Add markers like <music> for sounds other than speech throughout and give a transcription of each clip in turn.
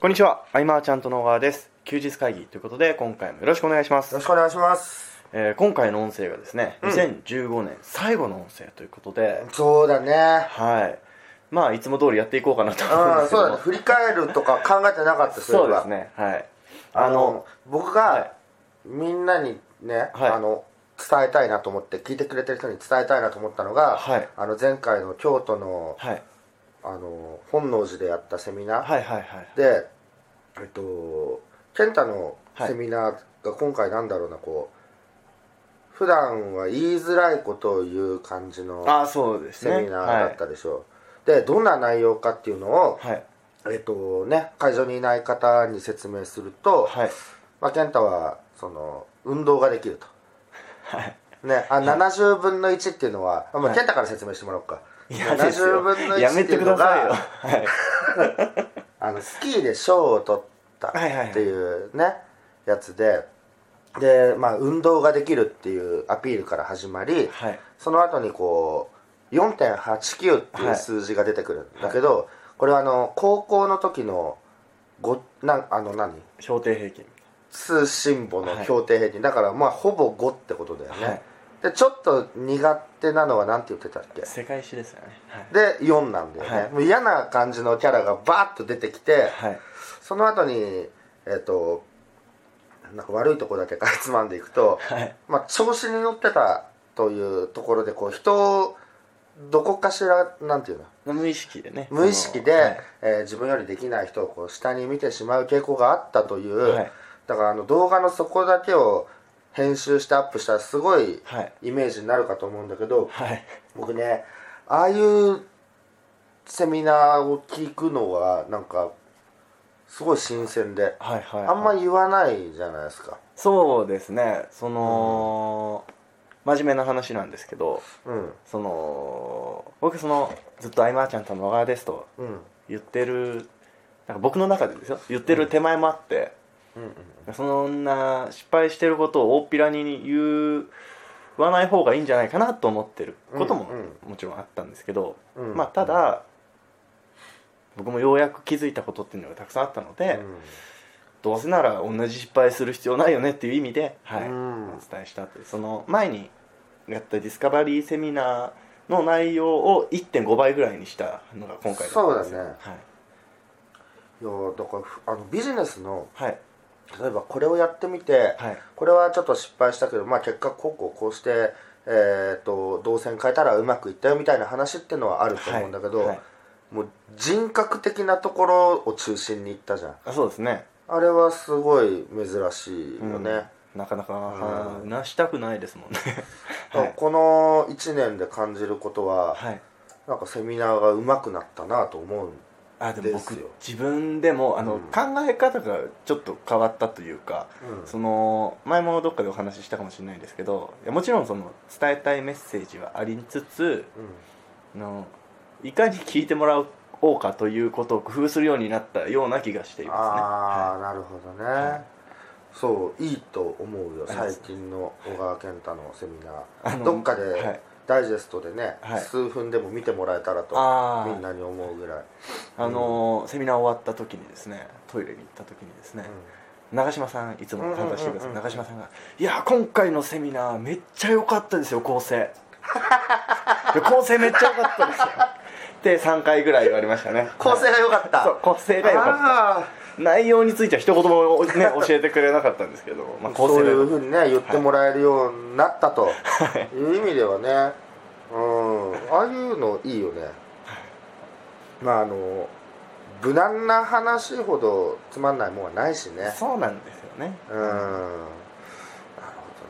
こんにちは、アイマーちゃんと野川です。休日会議ということで、今回もよろしくお願いしまよろす。しくお願いしますえー今回の音声がですね、うん2015年最後の音声ということで、そうだねはい。まあ、いつも通りやっていこうかなと思うんうでんすけどそうだね振り返るとか考えてなかったそういえでばすね、はい。ああのの、僕はいがみんなにね、はいあの伝えたいなと思って聞いてくれてる人に伝えたいなと思ったのが、はいあの前回の京都のはい、あの本能寺でやったセミナーはい、はい、はい。でえっと健太のはいセミナーが今回なんだろうなこう普段は言いづらいことを言う感じのああ、そうですね。セミナーだったでしょう、でどんな内容かっていうのを、はい、えっとね、会場にいない方に説明すると、はい、まあ、健太はその運動ができると。はい。ね、あ70分の1っていうのは、あまはあ、い健太から説明してもらおうか、嫌ですよ70分のや1めってていうくのださいよ。がはい。あのスキーで賞を取ったはいはいはいっていうねやつでで、まあ、運動ができるっていうアピールから始まり、はい。その後にこう4.89っていう数字が出てくるんだけど、これはあの高校の時のごなんあの何評定平均。通信簿の協定平均、だからまあほぼ5ってことだよね、はい。でちょっと苦手なのは何て言ってたっけ世界史ですよね。はい。で4なんだよね、はいもう嫌な感じのキャラがバーッと出てきてはい。その後にえっ、となんか悪いとこだけか <laughs> いつまんでいくと、はい。まあ、調子に乗ってたというところでこう人をどこかしらなんていうの無意識でね。無意識で、そのはいえー自分よりできない人をこう下に見てしまう傾向があったという、はいだからあの動画のそこだけを編集してアップしたらすごいはい。イメージになるかと思うんだけどはい。僕ねああいうセミナーを聞くのはなんかすごい新鮮ではい。はい。あんま言わないじゃないですか。そうですね。その、真面目な話なんですけど、うんその、僕その、ずっとアイマーちゃんと野川ですとうん言ってる、なんか僕の中でですよ。言ってる手前もあって、うんうんそんな失敗してることを大っぴらに言わない方がいいんじゃないかなと思ってることもうんもちろんあったんですけど、うんまあただ、僕もようやく気づいたことっていうのがたくさんあったので、うんどうせなら同じ失敗する必要ないよねっていう意味で、はいうんお伝えしたってその前にやったディスカバリーセミナーの内容を1.5倍ぐらいにしたのが今回ったんですよそうだねはいいやだからふあのビジネスのはい例えばこれをやってみて、はいこれはちょっと失敗したけど、まあ、結果こうこうこうして、えー、と動線変えたらうまくいったよみたいな話っていうのはあると思うんだけど、はいはいもう人格的なところを中心にいったじゃんあそうですねあれはすごい珍しいよね、うん、なかなかうん話したくないですもん <laughs> ねはいこの1年で感じることは、はいなんかセミナーがうまくなったなと思うあでもです僕よ自分でもあの、うん考え方がちょっと変わったというか、うんその前もどっかでお話ししたかもしれないですけどいやもちろんその伝えたいメッセージはありつつあのいかに聞いてもらおうかということを工夫するようになったような気がしていますね。ああ、はなるほどね、はそういいと思うありよがとうございま最す近の小川健太のセミナあーのどっかで、はいダイジェストでね、はい数分でも見てもらえたらとあーみんなに思うぐらい、あのセミナー終わった時にですねトイレに行った時にですね、長嶋さんいつも参加してくださうんいうんうんうん長嶋さんが「いや今回のセミナーめっちゃ良かったですよ構 <laughs> 成」いや構成めっちゃ良かったですよ」って3回ぐらい言われましたね構成が良かったそう構成が良かっあーた内容については一言も、ね、教えてくれなかったんですけど、まあ、構そう成がい良かっうふうにね言ってもらえるようになったという意味ではね、うんああいうのいいよねまああの無難な話ほどつまんないもんはないしねたそうなんですよねうんなる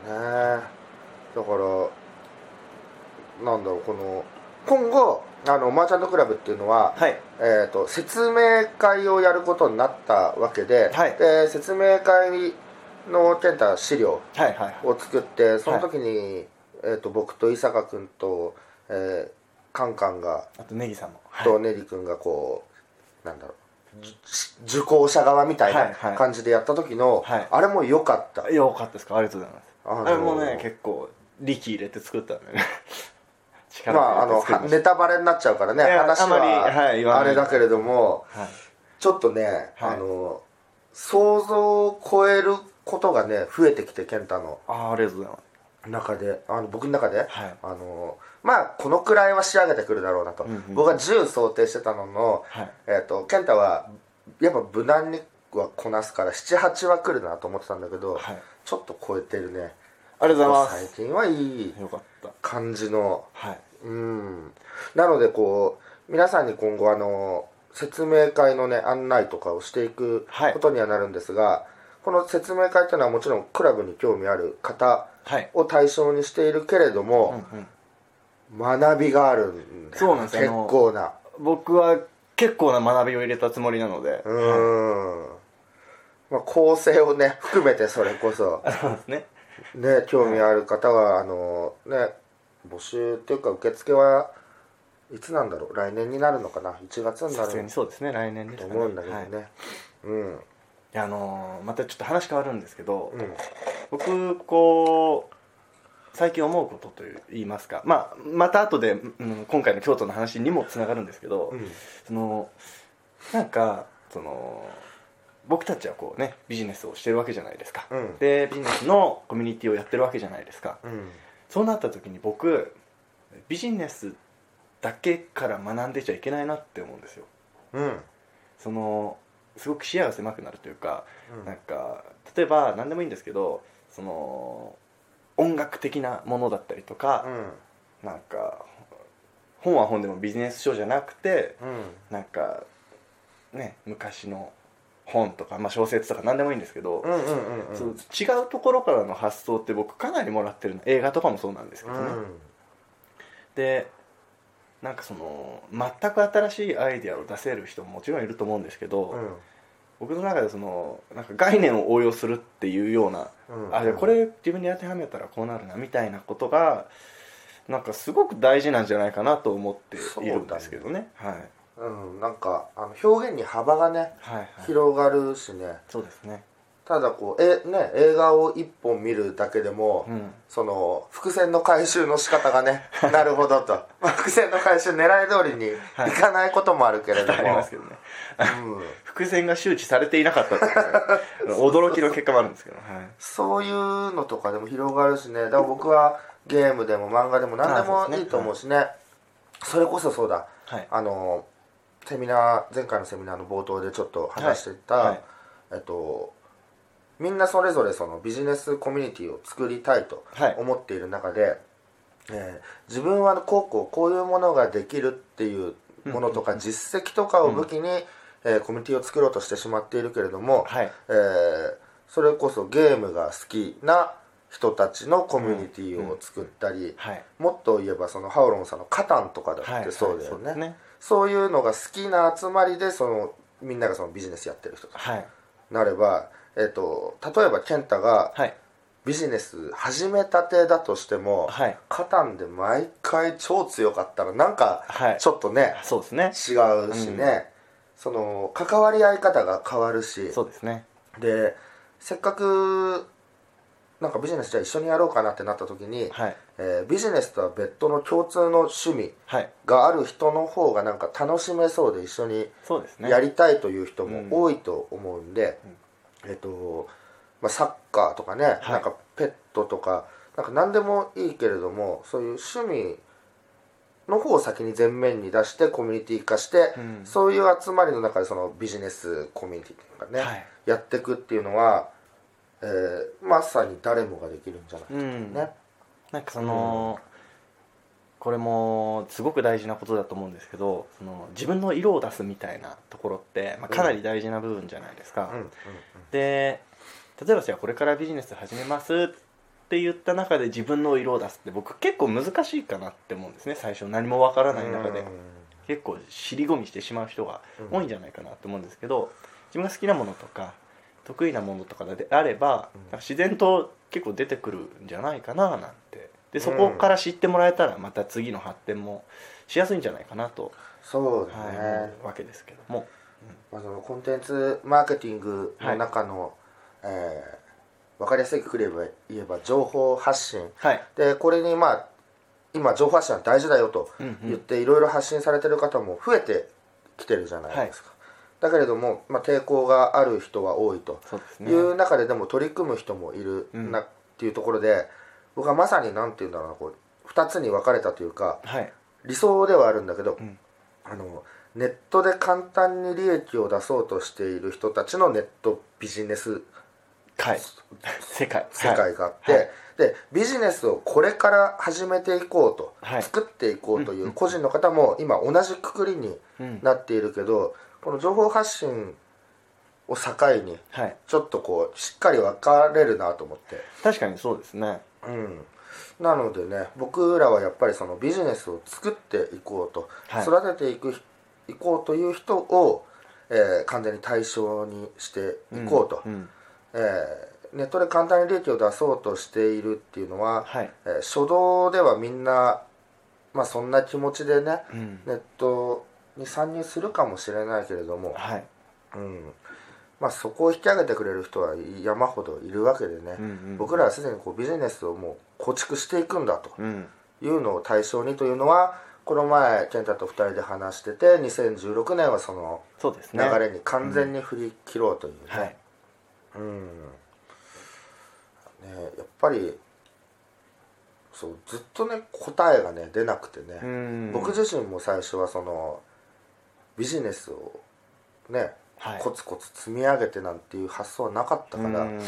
ほどねだからなんだろうこの今後あのマーチャントクラブっていうのは、はいえー、と説明会をやることになったわけで,、はいで説明会の健太資料はいはいはいを作ってその時に、えー、と僕と伊坂君と、えーカンカンがあとネギさんも、はいとネリ君がこう、なんだろうじ受講者側みたいはいはない感じでやった時の、はいあれも良かった、よかったですかありがとうございます、あのーあれもね結構力入れて作ったんで <laughs> ね力まああ入れのて作りはましたネタバレになっちゃうからねいや話あまりはい言わはなあいれだけれども、はいちょっとね、はいあの想像を超えることがね増えてきて健太のああありがとうございます中であの僕の中で、はいあのまあこのくらいは仕上げてくるだろうなと、うんうん僕は10想定してたのの、はいえっと健太はやっぱ無難にはこなすから78は来るなと思ってたんだけど、はいちょっと超えてるねありがとうございま最す近はいいよかった感じのはいうんなのでこう皆さんに今後あの説明会のね案内とかをしていくはいことにはなるんですが、この説明会っていうのはもちろんクラブに興味ある方はいを対象にしているけれども、うんうん学びがあるんだよそうなんです結あの構な僕は結構な学びを入れたつもりなのでうーん、まあ、構成をね含めてそれこそあ <laughs> そうですねね興味ある方はあのね募集っていうか受付はいつなんだろう来年になるのかな1月になさすがるのにそうですね来年ですとかね思うんだけどはいね、うんいやあのーまたちょっと話変わるんですけど、うん僕こう最近思うことという言いますか、まあ、また後で、うん、今回の京都の話にもつながるんですけど、うんそのなんかその僕たちはこうねビジネスをしてるわけじゃないですか、うんでビジネスのコミュニティをやってるわけじゃないですかうんそうなった時に僕ビジネスだけから学んでちゃいけないなって思うんですようんそのすごく視野が狭くなるというかなんか例えば何でもいいんですけどその音楽的なものだったりとうか、んなんか本は本でもビジネス書じゃなくてうんなんかね昔の本とか、まあ、小説とか何でもいいんですけどう、んうんうんうんそう違うところからの発想って僕かなりもらってるの映画とかもそうなんですけどね、でなんかその全く新しいアイデアを出せる人ももちろんいると思うんですけど、うん僕の中でそのなんか概念を応用するっていうようなうんあじゃあこれ自分に当てはめたらこうなるなみたいなことがなんかすごく大事なんじゃないかなと思っているんですけどねはいうんなんかあの表現に幅がねはいはい広がるしねそうですねただこうえね映画を一本見るだけでも、うんその伏線の回収の仕方が <laughs> ねなるほどと、まあ、伏線の回収狙い通りにいかないこともあるけれども、ありますけどねうん、伏線が周知されていなかったって <laughs> いう驚きの結果もあるんですけどはいそういうのとかでも広がるしねだから僕はゲームでも漫画でも何でもいいと思うしねそれこそそうだはいあのセミナー前回のセミナーの冒頭でちょっと話していた、はいはいえっとみんなそれぞれそのビジネスコミュニティを作りたいとはい思っている中で、えー自分はこうこうこういうものができるっていうものとか実績とかを武器に、えーコミュニティを作ろうとしてしまっているけれども、はいえーそれこそゲームが好きな人たちのコミュニティを作ったり、はいもっと言えばそのハオロンさんの「カタン」とかだはっいてそうだよはねい,、ねそういうのが好きな集まりでそのみんながそのビジネスやってる人とはいなれば、えっと例えば健太がはいビジネス始めたてだとしても、はいカタンで毎回超強かったらなんかはいちょっとね、そうですね違うしね、その関わり合い方が変わるしそうですねでせっかくなんかビジネスじゃあ一緒にやろうかなってなった時に、はいえービジネスとは別途の共通の趣味はいがある人の方がなんか楽しめそうで一緒にそうですねやりたいという人うんも多いと思うんで、えっとまあ、サッカーとかね、いなんかペットとかなんか何でもいいけれどもそういう趣味の方を先に前面に出してコミュニティ化して、うんそういう集まりの中でそのビジネスコミュニティというかね、はいやっていくっていうのは、えーまさに誰もができるんじゃないかうんね。なんかその、これもすごく大事なことだと思うんですけどその自分の色を出すみたいなところって、まあ、かなり大事な部分じゃないですか、うんうんで例えばじゃあこれからビジネス始めますって言った中で自分の色を出すって僕結構難しいかなって思うんですね最初何もわからない中で、結構尻込みしてしまう人が多いんじゃないかなと思うんですけど、自分が好きなものとか得意なものとかであれば、うんなんか自然と結構出てくるんじゃないかななんてでそこから知ってもらえたらまた次の発展もしやすいんじゃないかなと、そうだはね、い思うわけですけどもまあ、そのコンテンツマーケティングの中の、えー、分かりやすく言えば言えば情報発信はい、でこれにまあ今情報発信は大事だよとうんう言っん、ていろいろ発信されてる方も増えてきてるじゃないですか、だけれども、まあ、抵抗がある人は多いとそうですねいう中で、でも取り組む人もいるうんなっていうところで、僕はまさに何て言うんだろうなこう2つに分かれたというかはい理想ではあるんだけど、うんあのネットで簡単に利益を出そうとしている人たちのネットビジネス <laughs> はい世界世界があって、はいでビジネスをこれから始めていこうと、はい作っていこうという個人の方も今同じくくりにうんなっているけどこの情報発信を境にはいちょっとこうしっかり分かれるなと思って、確かにそうですねうん、なのでね僕らはやっぱりそのビジネスを作っていこうと、はい育てていくいこうという人を、えー完全に対象にしていこうと。うんえーネットで簡単に利益を出そうとしているっていうのは、はいえー初動ではみんな、まあ、そんな気持ちでねうんネットに参入するかもしれないけれども、はいうんまあ、そこを引き上げてくれる人は山ほどいるわけでね、うんうん僕らはすでにこうビジネスをもう構築していくんだとうんいうのを対象にというのはこの前健太と2人で話してて2016年はそのそうです流ねれに完全に振り切ろうというね。はいうんね、やっぱりそうずっとね答えがね出なくてね、うん僕自身も最初はそのビジネスをね、はいコツコツ積み上げてなんていう発想はなかったから、うんうん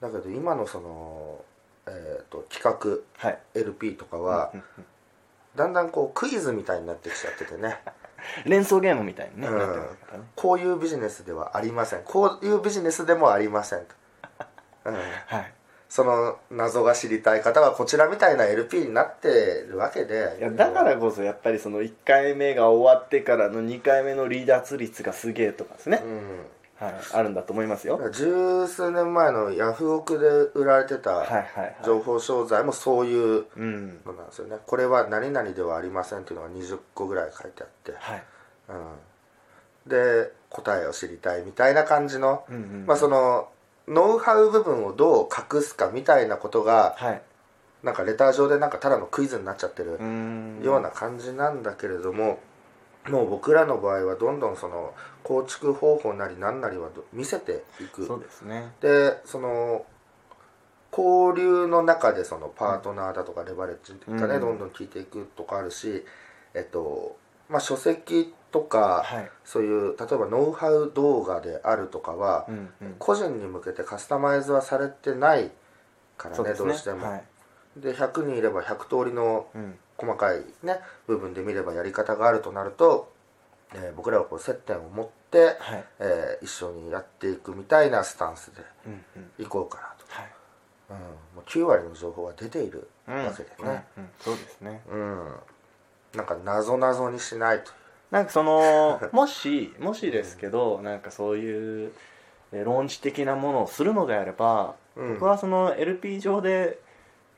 だけど今のその、えー、と企はい <laughs> 画 LP とかは、だんだんこうクイズみたいになってきちゃっててね。連想ゲームみたいにねう <laughs> んなってますからねこういうビジネスではありませんこういうビジネスでもありませんと、うん、はいその謎が知りたい方はこちらみたいな LP になってるわけでいやだからこそやっぱりその1回目が終わってからの2回目の離脱率がすげえとかですねう、んはい、あるんだと思いますよ、はい十数年前のヤフオクで売られてはいたはい情報商材もそういううんのなんですよねこれは何々ではありませんっていうのが20個ぐらい書いてあって、はいうん、で答えを知りたいみたいな感じの、うんうんまあそのノウハウ部分をどう隠すかみたいなことがはいなんかレター上でなんかただのクイズになっちゃってるうーんような感じなんだけれども、もう僕らの場合はどんどんその構築方法なり何なりはど見せていそくうですねでその交流の中でそのパートナーだとかレバレッジがね、うんどんどん聞いていくとかあるしえっとまあ書籍とか、はいそういう例えばノウハウ動画であるとかは、うんうん個人に向けてカスタマイズはされてないからそうねですどねうしても、はいで100人いれば100通りのうん細かいね部分で見ればやり方があるとなると、えー僕らはこう接点を持って、はいえー一緒にやっていくみたいなスタンスでうんうんいこうかはいなと、うん、もう9割の情報は出ているうんわけでね、うんうんそうですねうんなんか謎謎にしないとなんかそ <laughs> のもしもしですけどなんかそういうえー論じ的なものをするのであれば、うん僕はその LP 上で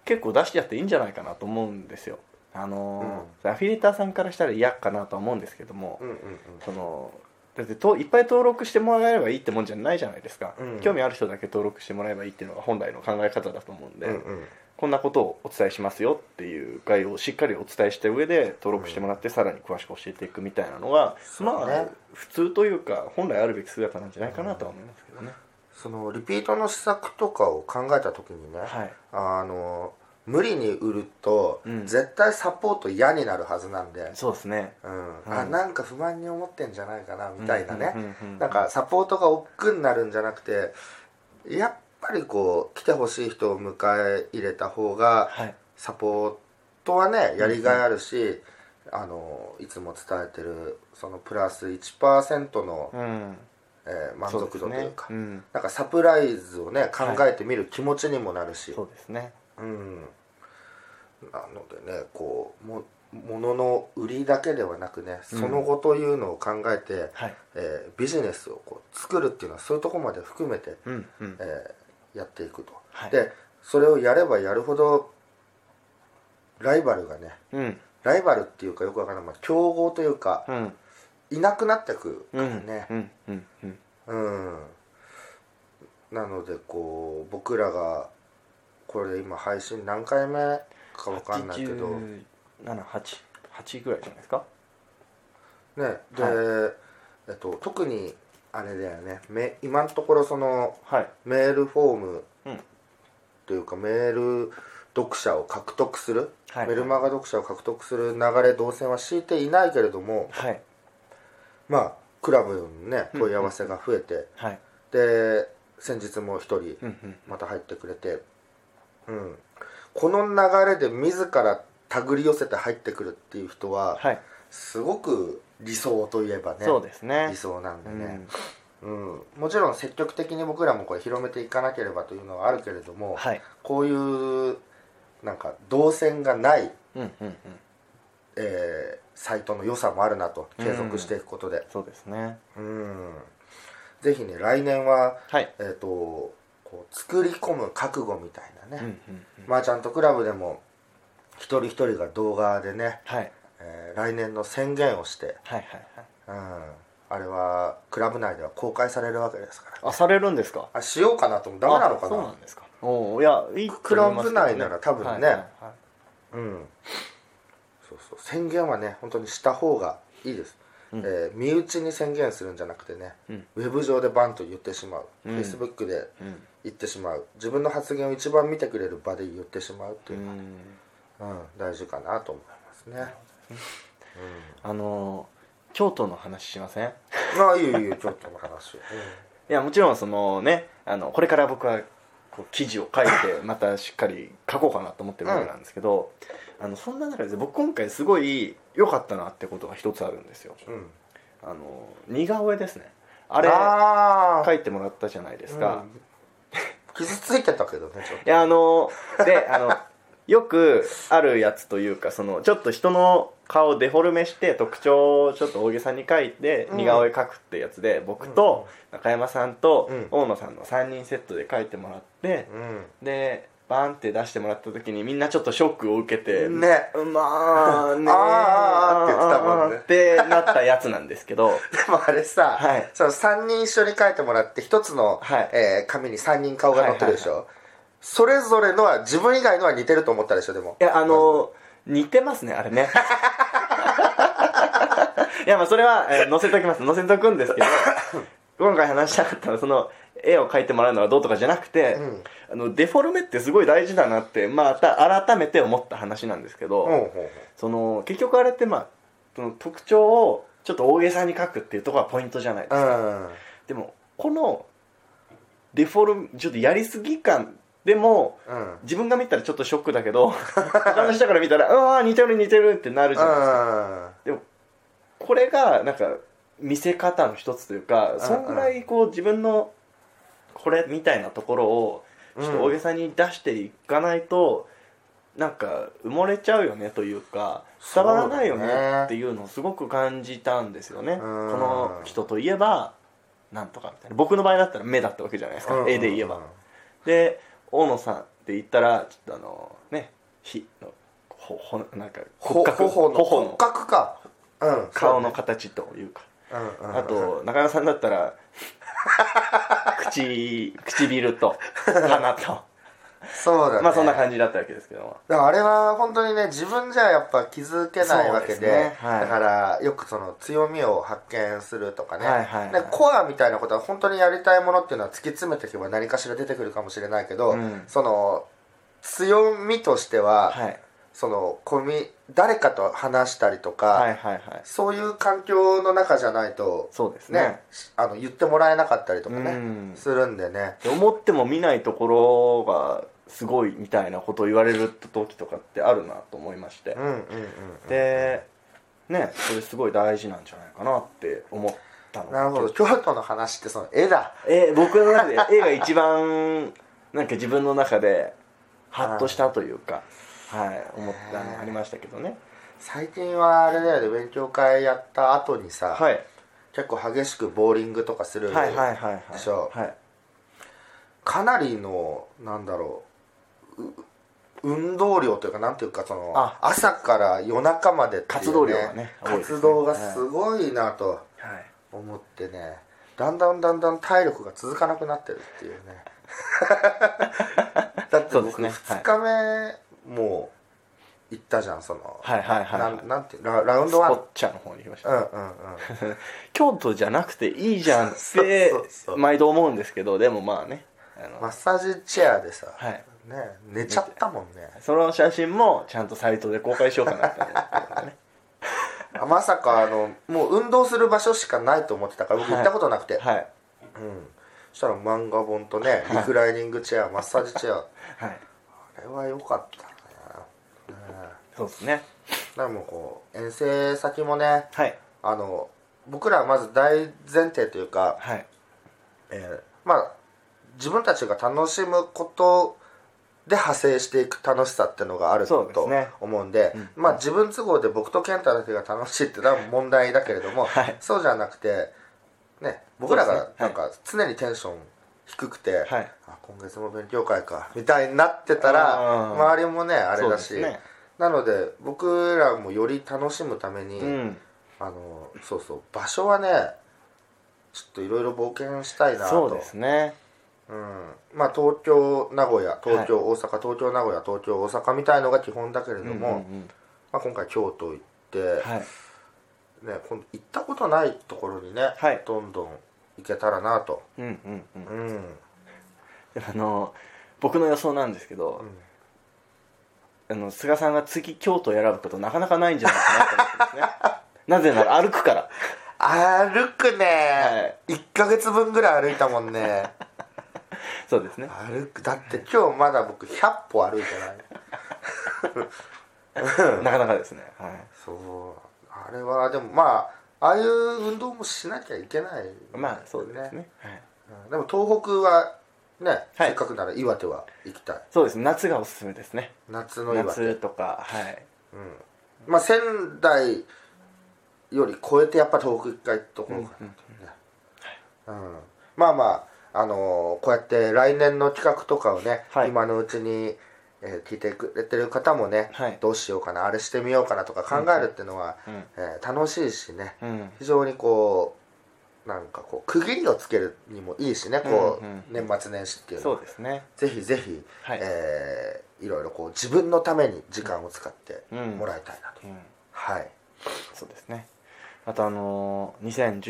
結構出してやっていいんじゃないかなと思うんですよあのーアフィリエーターさんからしたら嫌かなとは思うんですけども、うんうんうんそのだってといっぱい登録してもらえればいいってもんじゃないじゃないですか、うん興味ある人だけ登録してもらえばいいっていうのが本来の考え方だと思うんで、うんうんこんなことをお伝えしますよっていう概要をしっかりお伝えした上で登録してもらってさらに詳しく教えていくみたいなのが、そうねまあ普通というか本来あるべき姿なんじゃないかなとは思いますけどね、そのリピートの施策とかを考えた時にね、はいあの無理に売ると、うん絶対サポート嫌になるはずなんでそうですねうんはあいなんか不安に思ってんじゃないかなみたいなねうんうんうんうんなんかサポートが億劫になるんじゃなくてやっぱりこう来てほしい人を迎え入れた方がはいサポートはねやりがいあるしあのいつも伝えてるそのプラス1%の、うんえー満足度というかそうですねうんなんかサプライズをね考えてみる気持ちにもなるし、そうですねうん、なのでねこうも物の売りだけではなくねその後というのを考えて、はいえービジネスをこう作るっていうのはそういうところまで含めて、うんうんえーやっていくと、はいでそれをやればやるほどライバルがねうんライバルっていうかよくわからない、まあ、競合というかうんいなくなってくうからんね、うんうんうんうん、なのでこう僕らがこれ今配信何回目かわかんないけど8 9 7 8 8ぐらいじゃないですかねで、はいえっと、特にあれだよねめ今のところそのはいメールフォームうんというかメール読者を獲得する、はいメルマガ読者を獲得する流れ動線は敷いていないけれどもはいまあクラブのね問い合わせが増えて、はいで先日も一人うんうんまた入ってくれて、うん、この流れで自ら手繰り寄せて入ってくるっていう人は、はい、すごく理想といえばねそうですね理想なんでうね、んうんもちろん積極的に僕らもこれ広めていかなければというのはあるけれども、はいこういうなんか動線がない、うんうんうんえーサイトの良さもあるなと継続していくことで、そうですねうん、ぜひね来年ははいえっ、とこう作り込む覚悟みたいなうんね、うんうんマーチャントクラブでも一人一人が動画でね、はいえー来年の宣言をして、はいはいはいうん、あれはクラブ内では公開されるわけですからあされるんですかあしようかなともダメなのかあなそうなんですかおおいやいいと思いますけどクラブ内なら多分ねはいはいはうんそうそう宣言はね本当にした方がいいです、うんえー身内に宣言するんじゃなくてね、うんウェブ上でバンと言ってしまう、うん Facebook でいうん言ってしまう自分の発言を一番見てくれる場で言ってしまうっていうう、んうん大事かなと思いますね、あのー京都の話しませんうん、ああいいよいいよちょっとの話を、いやもちろんそのねあのこれから僕はこう記事を書い <laughs> てまたしっかり書こうかなと思ってるわけなんですけど、あのそんな中で僕今回すごい良かったなってことが一つあるんですようんうんあの似顔絵ですねあれあ書いてもらったじゃないですか、うん傷ついてたけどねちょっいやあのであのよくあるやつというかそのちょっと人の顔をデフォルメして特徴をちょっと大げさに書いてうん似顔絵描くってやつで、僕と中山さんとうん大野さんの3人セットで描いてもらってと、、うでバーンって出してもらった時にみんなちょっとショックを受けて、ん、ねまあねあーあーあーって言ってたもんねあーってなったやつなんですけどでもあれさ、はいその3人一緒に書いてもらって1つの、はいえー紙に3人顔が載ってるでしょ、それぞれのは自分以外のは似てると思ったでしょでもいやあの似てますねあれね <laughs> いやまあそれは、えー載せときます載せとくん <laughs> ですけど今回話したかったのはその絵を描いてもらうのはどうとかじゃなくて、うんあのデフォルメってすごい大事だなってまた改めて思った話なんですけど、うんうんうんその結局あれってまあその特徴をちょっと大げさに描くっていうところがポイントじゃないですか、うんでもこのデフォルメちょっとやりすぎ感でもうん自分が見たらちょっとショックだけ <laughs> ど他の人から見たら「うわー似てる似てる」ってなるじゃないですかこれがなんか見せ方の一つというかんそんぐらいこう自分のこれみたいなところをうんちょっと大げさに出していかないと、なんか埋もれちゃうよねというか伝わらないよそうだねねっていうのをすごく感じたんですよね。んこの人といえばなんとかみたいな僕の場合だったら目だったわけじゃないですか、絵で言えば。で大野さんって言ったらちょっとあのねひのほほなんかほ骨格頬の頬骨格かうん顔の形というかそうねうんうんあと中山さんだったら <laughs> 口唇と鼻とそうだねまあそんな感じだったわけですけどもだからあれは本当にね自分じゃやっぱ気づけないわけでそうですねはいだからよくその強みを発見するとかね、はいはいはいでコアみたいなことは本当にやりたいものっていうのは突き詰めていけば何かしら出てくるかもしれないけど、うんその強みとしては、はいそのコミ誰かと話したりとか、はいはいはいそういう環境の中じゃないとそうですねねあの言ってもらえなかったりとかね、うんするんでねで思っても見ないところがすごいみたいなことを言われる時とかってあるなと思いましてうんうんうんうんでねそれすごい大事なんじゃないかなって思ったのなるほど京都の話ってその絵だえ僕の中で <laughs> 絵が一番なんか自分の中でハッとしたというかはい思ったのありましたけどね最近はあれだよね勉強会やった後にさ、はい結構激しくボーリングとかする、はいはいはいはいでしょはいかなりのなんだろうう運動量というかなんていうかそのあ朝から夜中までっていう、活動量がね多いですね活動がすごいなとはい思ってね、だんだんだんだん体力が続かなくなってるって <laughs> いうねだってそうです僕ね2日目も行ったじゃんその、はいはいはいはいなんなんていうララウンスドポワンッチャの方に行きましうたんうんうん京都じゃなくていいじゃんってそうそうそう毎度思うんですけどでもまあねあの、マッサージチェアでさ、はいね、寝ちゃったもんねその写真もちゃんとサイトで公開しようかなって思ってねあまさかあのもう運動する場所しかないと思ってたから僕はい行ったことなく <laughs> て、はいうん、そしたら漫画本とねリクライニングチェアマッサージチェアはいあれは良かったねねそうですねだからもうこう遠征先もねはいあの僕らはまず大前提というか、はいえーまあ自分たちが楽しむことで派生していく楽しさってのがあるそうですとね思うんでうんまあ自分都合で僕と健太だけが楽しいってのは問題だけれども、 <laughs> はいそうじゃなくて、ね、僕らそうがですねなはんいか常にテンション低くて、はいあ今月も勉強会かみたいになってたらあー周りもねあれだし、そうですねなので僕らもより楽しむために、うんあのそうそう場所はねちょっといろいろ冒険したいなとそうですねうん、まあ東京名古屋東京、大阪東京名古屋東京大阪みたいのが基本だけれうども、んうんまあ、今回京都行って、うんはいね、今度行ったことないところにね、はいどんどん行けたらなと、うんうんうんうんうんあの僕の予想なんですけど、あの菅さんが次京都を選ぶことなかなかないんじゃないかなと思ってますね <laughs> なぜなら歩くから歩くねは、 1ヶ月分ぐらい歩いたもんね <laughs> そうですね歩くだって今日まだ僕100歩歩いてないなかなかですねはいそうあれはでもまあああいう運動もしなきゃいけない、まあそうですね、はい、うんでも東北はね、はいせっかくなら岩手は行きたいそうですね夏がおすすめですね夏の岩手、うん夏とかはいまあ、仙台より超えてやっぱ東北一回行っとこうかなとね、うんまあまあ、あのーこうやって来年の企画とかをね、はい今のうちに、えー聞いてくれてる方もね、はいどうしようかなあれしてみようかなとか考えるっていうのは、うんえー楽しいしね、うん非常にこうなんかこう区切りをつけるにもいいしねこう、うんうん年末年始っていうのはそうですねぜひぜひ、はいえーいろいろこう自分のために時間を使ってうんもらいたいなと、うんはい、そうですねあとあのー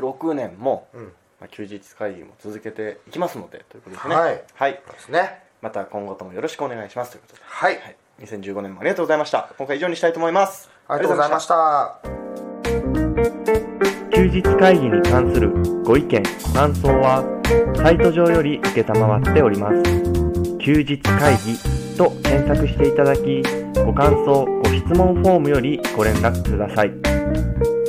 2016年も、うん、まあ、休日会議も続けていきますのでということですねはい、はい、そうですねまた今後ともよろしくお願いしますということではい、はい、2015年もありがとうございました。今回以上にしたいと思います。ありがとうございました休日会議に関するご意見、感想は、サイト上より受けたまわっております。休日会議と検索していただき、ご感想、ご質問フォームよりご連絡ください。